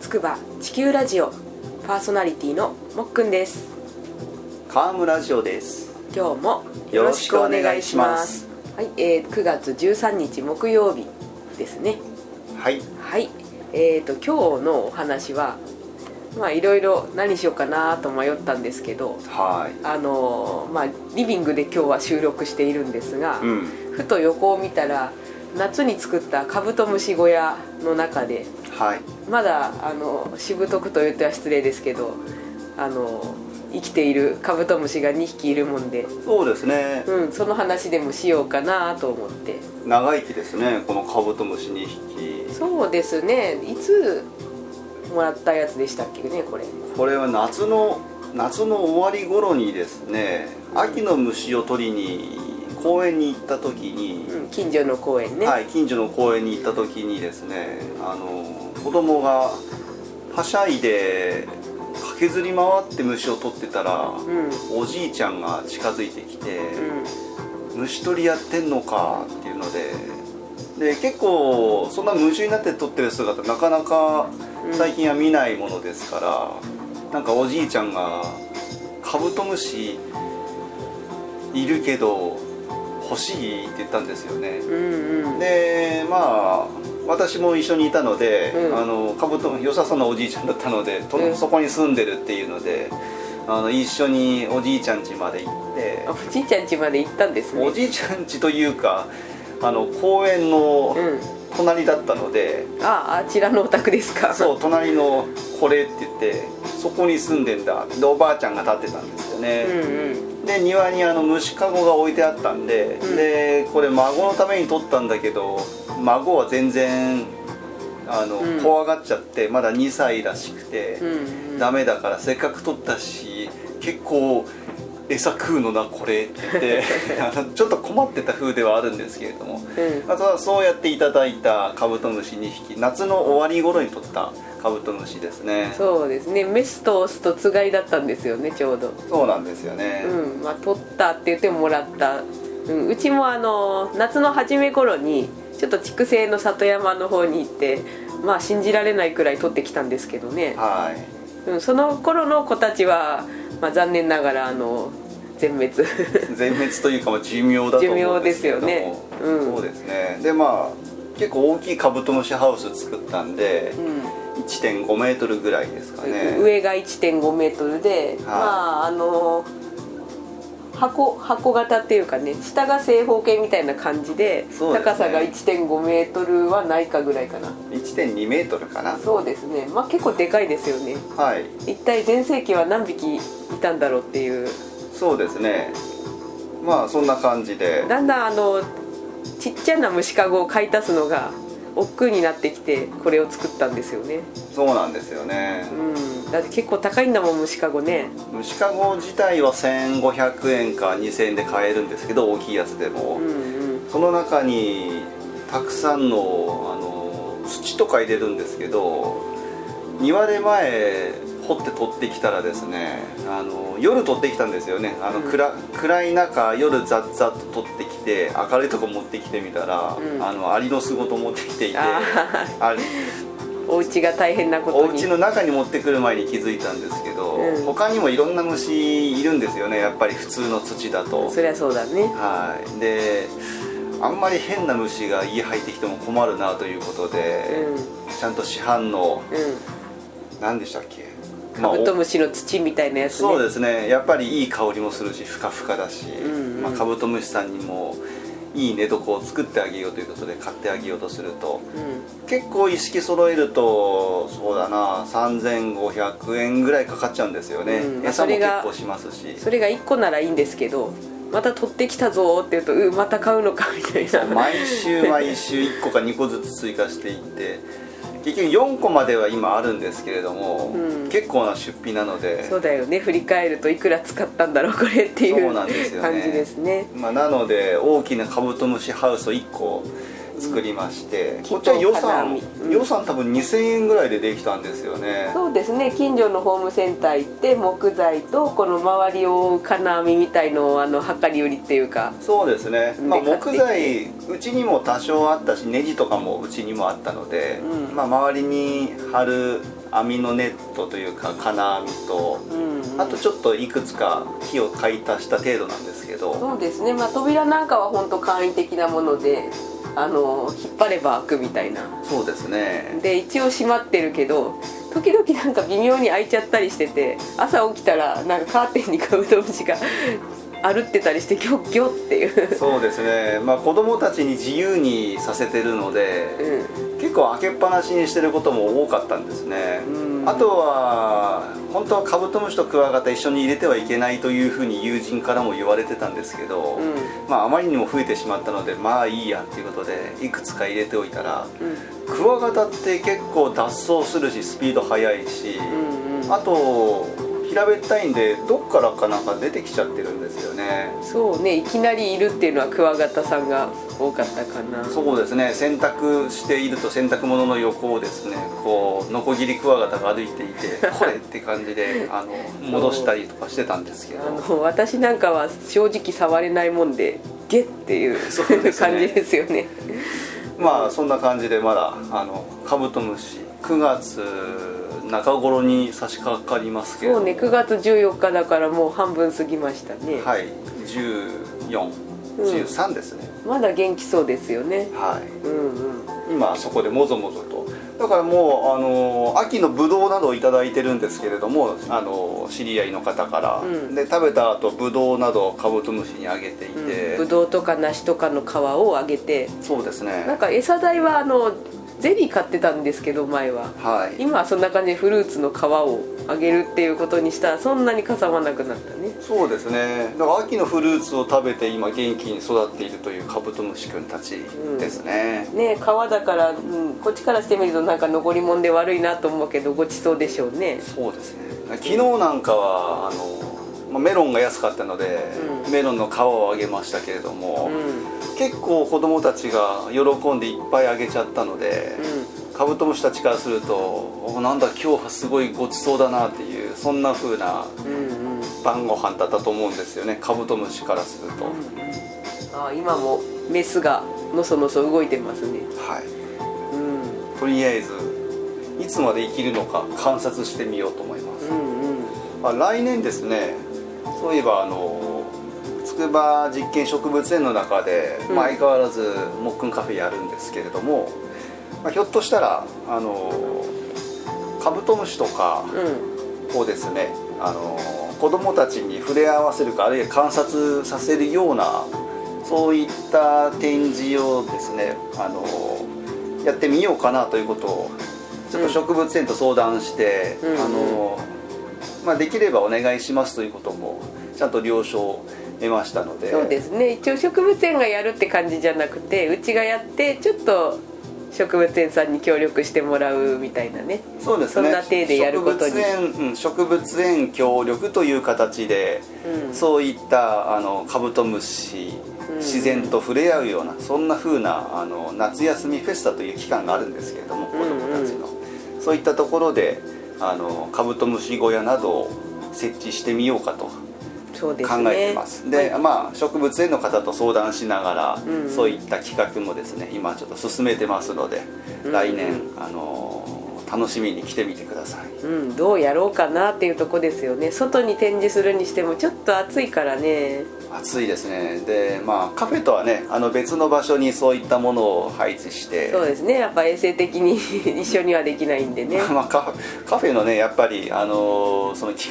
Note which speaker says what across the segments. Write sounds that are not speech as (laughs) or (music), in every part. Speaker 1: つくば地球ラジオパーソナリティのもっくんです
Speaker 2: 川村ラジオです
Speaker 1: 今日もよろしくお願いしますはい、えー、9月13日木曜日ですね
Speaker 2: はい
Speaker 1: はいえー、と今日のお話はまあいろいろ何しようかなと迷ったんですけど
Speaker 2: は
Speaker 1: あのーまあリビングで今日は収録しているんですが、
Speaker 2: いうん
Speaker 1: ふと横を見たら夏に作ったカブトムシ小屋の中で
Speaker 2: はい
Speaker 1: まだあのしぶとくと言っては失礼ですけどあの生きているカブトムシが2匹いるもんで、
Speaker 2: そうですね
Speaker 1: うん、その話でもしようかなと思って
Speaker 2: 長生きですねこのカブトムシ2匹
Speaker 1: そうですねいつもらったやつでしたっけねこれ
Speaker 2: これは夏の夏の終わり頃にですね秋の虫を取りに公園に行った時に、
Speaker 1: うん、近所の公園ね、
Speaker 2: はい、近所の公園に行った時にですねあの子供がはしゃいで駆けずり回って虫を取ってたら、
Speaker 1: うんうん
Speaker 2: おじいちゃんが近づいてきて、虫取りやってんのかっていうのでで結構そんな夢中になって撮ってる姿なかなか最近は見ないものですから、なんかおじいちゃんがカブトムシいるけど欲しいって言ったんですよね
Speaker 1: うんうん
Speaker 2: でまあ私も一緒にいたので、
Speaker 1: うん
Speaker 2: あのカブトムシ良さそうなおじいちゃんだったので、と
Speaker 1: うん
Speaker 2: そこに住んでるっていうのであの一緒におじいちゃん家まで行って
Speaker 1: あおじいちゃん家まで行ったんですね
Speaker 2: おじいちゃん家というかあの公園の
Speaker 1: うん
Speaker 2: 隣だったので、
Speaker 1: ああちらのお宅ですか
Speaker 2: そう隣のこれって言ってそこに住んでんだでおばあちゃんが立ってたんですよ
Speaker 1: う
Speaker 2: ね、
Speaker 1: んうん
Speaker 2: で庭にあの虫かごが置いてあったんで、
Speaker 1: うん
Speaker 2: でこれ孫のために取ったんだけど孫は全然あの、
Speaker 1: うん
Speaker 2: 怖がっちゃってまだ2歳らしくて、
Speaker 1: うんうん
Speaker 2: ダメだからせっかく取ったし結構餌食うのなこれって (laughs) 言ってあのちょっと困ってた風ではあるんですけれども
Speaker 1: うん
Speaker 2: あとはそうやっていただいたカブトムシ2匹夏の終わり頃に取ったカブトムシですねそう
Speaker 1: そうですねメスとオスとつがいだったんですよねちょうど
Speaker 2: なんですよね、
Speaker 1: うんまあ取ったって言ってもらった、うん、うちもあの夏の初め頃にちょっと畜生の里山の方に行ってまあ信じられないくらい取ってきたんですけどね、
Speaker 2: はい
Speaker 1: うん、その頃の子たちは、まあ、残念ながらあの全
Speaker 2: (laughs)
Speaker 1: 滅
Speaker 2: 全滅というかまあ寿命だと思うんですけれども
Speaker 1: 寿命ですよねうん
Speaker 2: そうですねでまあ結構大きいカブトムシハウス作ったんで、
Speaker 1: う
Speaker 2: 1.5メートルぐらいですか
Speaker 1: ん、
Speaker 2: ね
Speaker 1: 上が1 5メートルで、まああの箱箱型っていうかね下が正方形みたいな感じで
Speaker 2: そうですね
Speaker 1: 高さが1 5メートルはないかぐらいかな
Speaker 2: 1.2メートルかな
Speaker 1: そうですねまあ結構でかいですよね
Speaker 2: はい
Speaker 1: 一体全盛期は何匹いたんだろうっていう
Speaker 2: そうですねまあそんな感じで
Speaker 1: だんだんあのちっちゃな虫かごを買い足すのが億劫になってきてこれを作ったんですよね
Speaker 2: そうなんですよね
Speaker 1: うんだって結構高いんだもん虫かごね
Speaker 2: 虫かご自体は1500円か2000円で買えるんですけど大きいやつでも
Speaker 1: うん、うん
Speaker 2: その中にたくさんのあの土とか入れるんですけど庭で前掘って取ってきたらですねあの夜取ってきたんですよねあの、
Speaker 1: うん
Speaker 2: 暗暗い中夜ザッザッと取ってきて明るいとこ持ってきてみたら、
Speaker 1: うん
Speaker 2: あのアリの巣ごと持ってきていて
Speaker 1: あ
Speaker 2: アリ
Speaker 1: お家が大変なこ
Speaker 2: お
Speaker 1: とに
Speaker 2: 家の中に持ってくる前に気づいたんですけど、
Speaker 1: うん
Speaker 2: 他にもいろんな虫いるんですよねやっぱり普通の土だと
Speaker 1: そりゃそうだね
Speaker 2: はいであんまり変な虫が家入ってきても困るなということで、ちゃんと市販の
Speaker 1: うんうん
Speaker 2: 何でしたっけ
Speaker 1: カブト
Speaker 2: まあ
Speaker 1: ムシの土みたいなや
Speaker 2: お
Speaker 1: つね
Speaker 2: そうですねやっぱりいい香りもするしふかふかだし、
Speaker 1: んうん
Speaker 2: まあ、カブトムシさんにもいい寝床を作ってあげようということで買ってあげようとすると結構意識揃えるとそうだな3500円ぐらいかかっちゃうんですよね、
Speaker 1: うん
Speaker 2: 餌も
Speaker 1: それ
Speaker 2: 結
Speaker 1: が
Speaker 2: 構しますし
Speaker 1: うん、それが1個ならいいんですけどまた取ってきたぞーって言うとうまた買うのかみたいな
Speaker 2: 毎週毎週1個か2個ずつ追加していって結局4個までは今あるんですけれども、
Speaker 1: うん
Speaker 2: 結構な出費なので
Speaker 1: そうだよね振り返るといくら使ったんだろうこれってい
Speaker 2: そううなんですよね
Speaker 1: 感じですね
Speaker 2: まあ、なので大きなカブトムシハウスを1個作りまして、
Speaker 1: き
Speaker 2: こ
Speaker 1: っ
Speaker 2: っちは
Speaker 1: と
Speaker 2: 予算、
Speaker 1: 花見うん
Speaker 2: 予算多分2000円ぐらいでできたんですよね
Speaker 1: そうですね近所のホームセンター行って木材とこの周りを覆う金網みたいのをあの量り売りっていうか
Speaker 2: そうですね、まあ、
Speaker 1: で買って
Speaker 2: 木材うちにも多少あったしネジとかもうちにもあったので、
Speaker 1: うん
Speaker 2: まあ、周りに貼る網のネットというか金網と、
Speaker 1: うんうん
Speaker 2: あとちょっといくつか木を買い足した程度なんですけど
Speaker 1: そうですねまあ扉なんかは本当簡易的なものであの引っ張れば開くみたいな
Speaker 2: そうですね
Speaker 1: で一応閉まってるけど時々なんか微妙に開いちゃったりしてて朝起きたらなんかカーテンにカブトムシが (laughs) 歩ってたりしてギョッギョッっていう、
Speaker 2: そうですねまあ子供たちに自由にさせてるので、結構開けっぱなしにしてることも多かったんですね
Speaker 1: うん
Speaker 2: あとは本当はカブトムシとクワガタ一緒に入れてはいけないというふうに友人からも言われてたんですけど、
Speaker 1: うん
Speaker 2: まあ、あまりにも増えてしまったのでまあいいやっていうことでいくつか入れておいたら
Speaker 1: うんうん
Speaker 2: クワガタって結構脱走するしスピード速いし、
Speaker 1: うんうん
Speaker 2: あと平べったいんでどっからかなんか出てきちゃってるんですよね
Speaker 1: そうねいきなりいるっていうのはクワガタさんが多かったかな
Speaker 2: そうですね洗濯していると洗濯物の横をですねこうノコギリクワガタが歩いていて (laughs) これって感じであの戻したりとかしてたんですけ
Speaker 1: あ
Speaker 2: ど
Speaker 1: の私なんかは正直触れないもんでゲッっていう
Speaker 2: そうですね
Speaker 1: 感じですよね
Speaker 2: まあそんな感じでまだあのカブトムシ9月中頃に差し掛かりますけれ
Speaker 1: も
Speaker 2: ど
Speaker 1: うね9月14日だからもう半分過ぎましたね、
Speaker 2: はい
Speaker 1: うん
Speaker 2: 1413ですね、
Speaker 1: まだ元気そうですよね
Speaker 2: はい
Speaker 1: うんうん
Speaker 2: 今そこでもぞもぞとだからもうあの秋のブドウなどをいただいてるんですけれどもあの知り合いの方から、
Speaker 1: うん
Speaker 2: で食べた後ブドウなどをカブトムシにあげていて、
Speaker 1: ぶどうとか梨とかの皮をあげて
Speaker 2: そうです
Speaker 1: なん
Speaker 2: ね
Speaker 1: か餌代はあのゼリー買ってたんですけど前は
Speaker 2: はい
Speaker 1: 今はそんな感じでフルーツの皮をあげるっていうことにしたらそんなにかさばなくなったね
Speaker 2: そうですねだから秋のフルーツを食べて今元気に育っているというカブトムシくんたちですね、
Speaker 1: ね皮だから、うん、こっちからしてみるとなんか残り物で悪いなと思うけどごちそうでしょうね
Speaker 2: そうですね昨日なんかはあの、まあメロンが安かったので、
Speaker 1: うん
Speaker 2: メロンの皮をあげましたけれども、
Speaker 1: うん
Speaker 2: 結構子供たちが喜んでいっぱいあげちゃったので、カブトムシたちからするとおなんだ今日はすごいごちそうだなっていうそんな風な
Speaker 1: うんうんうん
Speaker 2: 晩ご飯だったと思うんですよねカブトムシからすると、
Speaker 1: あ今もメスがのそのそ動いてますね
Speaker 2: はい
Speaker 1: うん
Speaker 2: とりあえずいつまで生きるのか観察してみようと思いま
Speaker 1: う
Speaker 2: す、
Speaker 1: んうん
Speaker 2: あ来年ですねそういえばあの筑波実験植物園の中で、
Speaker 1: うん
Speaker 2: まあ相変わらずもっくんカフェやるんですけれども、まあ、ひょっとしたらあのカブトムシとか、
Speaker 1: うん
Speaker 2: をですね、あの子どもたちに触れ合わせるかあるいは観察させるようなそういった展示をですね、あのやってみようかなということをちょっと植物園と相談して、
Speaker 1: うん
Speaker 2: あのまあ、できればお願いしますということもちゃんと了承を得ましたので
Speaker 1: そうですね一応植物園がやるって感じじゃなくてうちがやってちょっと植物園さんに協力してもらうみたいなね
Speaker 2: そうですね
Speaker 1: そんな体でやることに
Speaker 2: 植物園、うん植物園協力という形で、
Speaker 1: うん
Speaker 2: そういったあのカブトムシ
Speaker 1: うん
Speaker 2: 自然と触れ合うような、そんな風なあの夏休みフェスタという期間があるんですけれども子どもたちの、そういったところであのカブトムシ小屋などを設置してみようかと
Speaker 1: そうですね
Speaker 2: 考えてますで
Speaker 1: はい
Speaker 2: まあ植物園の方と相談しながら、
Speaker 1: うんうん
Speaker 2: そういった企画もですね今ちょっと進めてますので、
Speaker 1: うん
Speaker 2: 来年あのー楽しみに来てみてください
Speaker 1: うん、どうやろうかなっていうとこですよね外に展示するにしてもちょっと暑いからね
Speaker 2: 暑いですねでまあカフェとはねあの別の場所にそういったものを配置して
Speaker 1: そうですねやっぱ衛生的に (laughs) 一緒にはできないんでね
Speaker 2: (laughs) まあ、カフェカフェのねやっぱり、あのーその企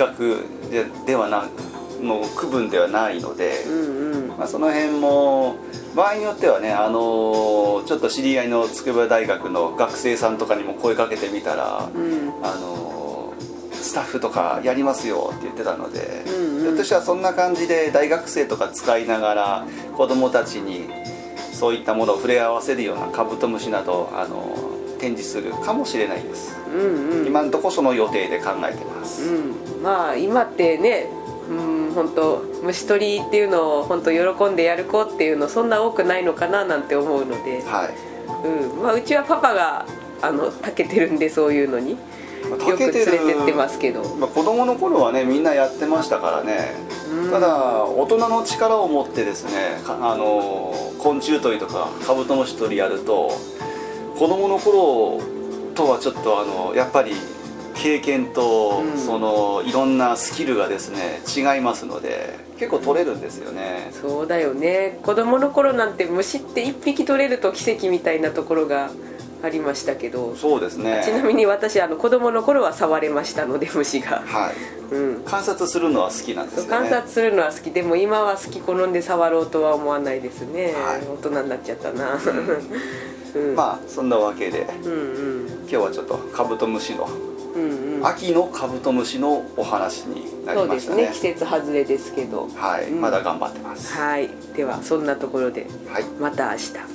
Speaker 2: 画でではなの区分ではないので、
Speaker 1: うんうん
Speaker 2: まあ、その辺も場合によってはね、あのーちょっと知り合いの筑波大学の学生さんとかにも声かけてみたら、
Speaker 1: うん
Speaker 2: あのースタッフとかやりますよって言ってたので、
Speaker 1: うんうん
Speaker 2: ひょっとしたらそんな感じで大学生とか使いながら子どもたちにそういったものを触れ合わせるようなカブトムシなど、あのー展示するかもしれないです、
Speaker 1: うんうん
Speaker 2: 今のとこその予定で考えてます、
Speaker 1: うん、まあ今ってねうん本当虫取りっていうのを本当喜んでやる子っていうのそんな多くないのかななんて思うので
Speaker 2: はい
Speaker 1: うんまあ、うちはパパがあのたけてるんでそういうのによく連れてってますけど
Speaker 2: まあ、子供の頃はねみんなやってましたからね、
Speaker 1: うん
Speaker 2: ただ大人の力を持ってですねかあのー昆虫取りとかカブトムシ取りやると子供の頃とはちょっとあのやっぱり経験と、
Speaker 1: うん
Speaker 2: そのいろんなスキルがですね違いますので結構取れるんですよね、
Speaker 1: そうだよね子供の頃なんて虫って1匹取れると奇跡みたいなところがありましたけど
Speaker 2: そうですね
Speaker 1: ちなみに私あの子供の頃は触れましたので虫が、
Speaker 2: はい
Speaker 1: うん、
Speaker 2: 観察するのは好きなんですよね
Speaker 1: 観察するのは好きでも今は好き好んで触ろうとは思わないですね、
Speaker 2: はい
Speaker 1: 大人になっちゃったな、うん
Speaker 2: まあそんなわけで
Speaker 1: (laughs) うんうん
Speaker 2: 今日はちょっとカブトムシの
Speaker 1: うんうん
Speaker 2: 秋のカブトムシのお話にな
Speaker 1: そ
Speaker 2: り
Speaker 1: う
Speaker 2: ま
Speaker 1: で
Speaker 2: し
Speaker 1: す
Speaker 2: た
Speaker 1: ね
Speaker 2: ね
Speaker 1: 季節外れですけど
Speaker 2: はい、
Speaker 1: うん
Speaker 2: まだ頑張ってます
Speaker 1: はいではそんなところで
Speaker 2: はい
Speaker 1: また明日